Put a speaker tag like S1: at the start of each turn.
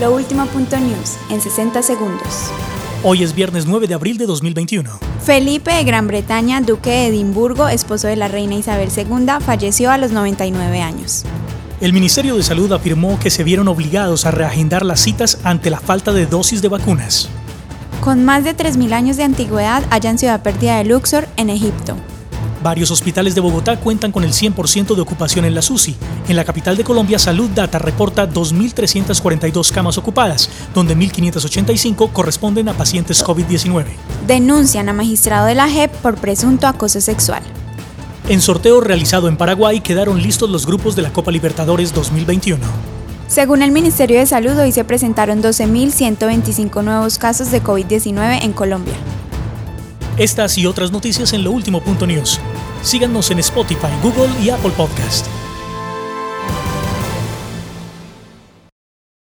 S1: Lo último punto news en 60 segundos.
S2: Hoy es viernes 9 de abril de 2021.
S1: Felipe de Gran Bretaña, duque de Edimburgo, esposo de la reina Isabel II, falleció a los 99 años.
S2: El Ministerio de Salud afirmó que se vieron obligados a reagendar las citas ante la falta de dosis de vacunas.
S1: Con más de 3.000 años de antigüedad, hallan ciudad perdida de Luxor, en Egipto.
S2: Varios hospitales de Bogotá cuentan con el 100% de ocupación en la SUSI. En la capital de Colombia, Salud Data reporta 2.342 camas ocupadas, donde 1.585 corresponden a pacientes COVID-19.
S1: Denuncian a magistrado de la JEP por presunto acoso sexual.
S2: En sorteo realizado en Paraguay quedaron listos los grupos de la Copa Libertadores 2021.
S1: Según el Ministerio de Salud, hoy se presentaron 12.125 nuevos casos de COVID-19 en Colombia.
S2: Estas y otras noticias en loúltimo.news. Síganos en Spotify, Google y Apple Podcast.